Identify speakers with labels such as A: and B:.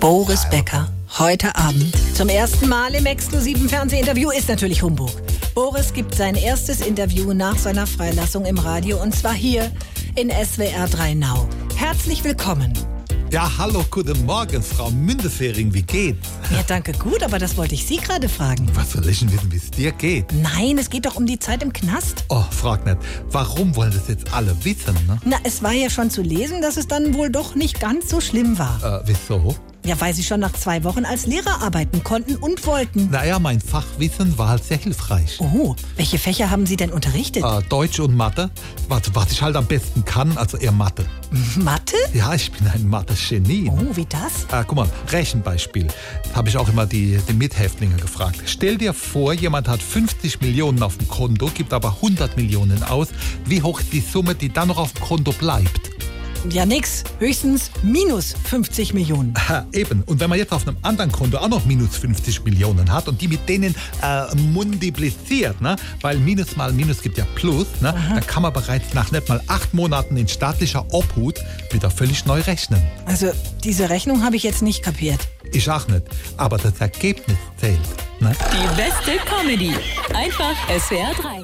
A: Boris Becker, heute Abend. Zum ersten Mal im exklusiven Fernsehinterview ist natürlich Humbug. Boris gibt sein erstes Interview nach seiner Freilassung im Radio und zwar hier in SWR 3 Now. Herzlich willkommen.
B: Ja, hallo, guten Morgen, Frau Mündefering, wie geht's?
A: Ja, danke gut, aber das wollte ich Sie gerade fragen.
B: Was soll ich denn wissen, wie es dir geht?
A: Nein, es geht doch um die Zeit im Knast.
B: Oh, frag nicht. Warum wollen das jetzt alle wissen, ne?
A: Na, es war ja schon zu lesen, dass es dann wohl doch nicht ganz so schlimm war.
B: Äh, wieso?
A: Ja, weil Sie schon nach zwei Wochen als Lehrer arbeiten konnten und wollten.
B: Naja, mein Fachwissen war halt sehr hilfreich.
A: Oh, welche Fächer haben Sie denn unterrichtet?
B: Äh, Deutsch und Mathe, was, was ich halt am besten kann, also eher Mathe.
A: Mathe?
B: Ja, ich bin ein Mathe-Genie. Ne?
A: Oh, wie das?
B: Äh, guck mal, Rechenbeispiel. Habe ich auch immer die, die Mithäftlinge gefragt. Stell dir vor, jemand hat 50 Millionen auf dem Konto, gibt aber 100 Millionen aus. Wie hoch ist die Summe, die dann noch auf dem Konto bleibt?
A: Ja, nix. Höchstens minus 50 Millionen.
B: Ha, eben. Und wenn man jetzt auf einem anderen Konto auch noch minus 50 Millionen hat und die mit denen äh, multipliziert, ne? weil Minus mal Minus gibt ja Plus, ne? dann kann man bereits nach nicht mal acht Monaten in staatlicher Obhut wieder völlig neu rechnen.
A: Also, diese Rechnung habe ich jetzt nicht kapiert.
B: Ich auch nicht. Aber das Ergebnis zählt. Ne?
C: Die beste Comedy. Einfach SWR 3.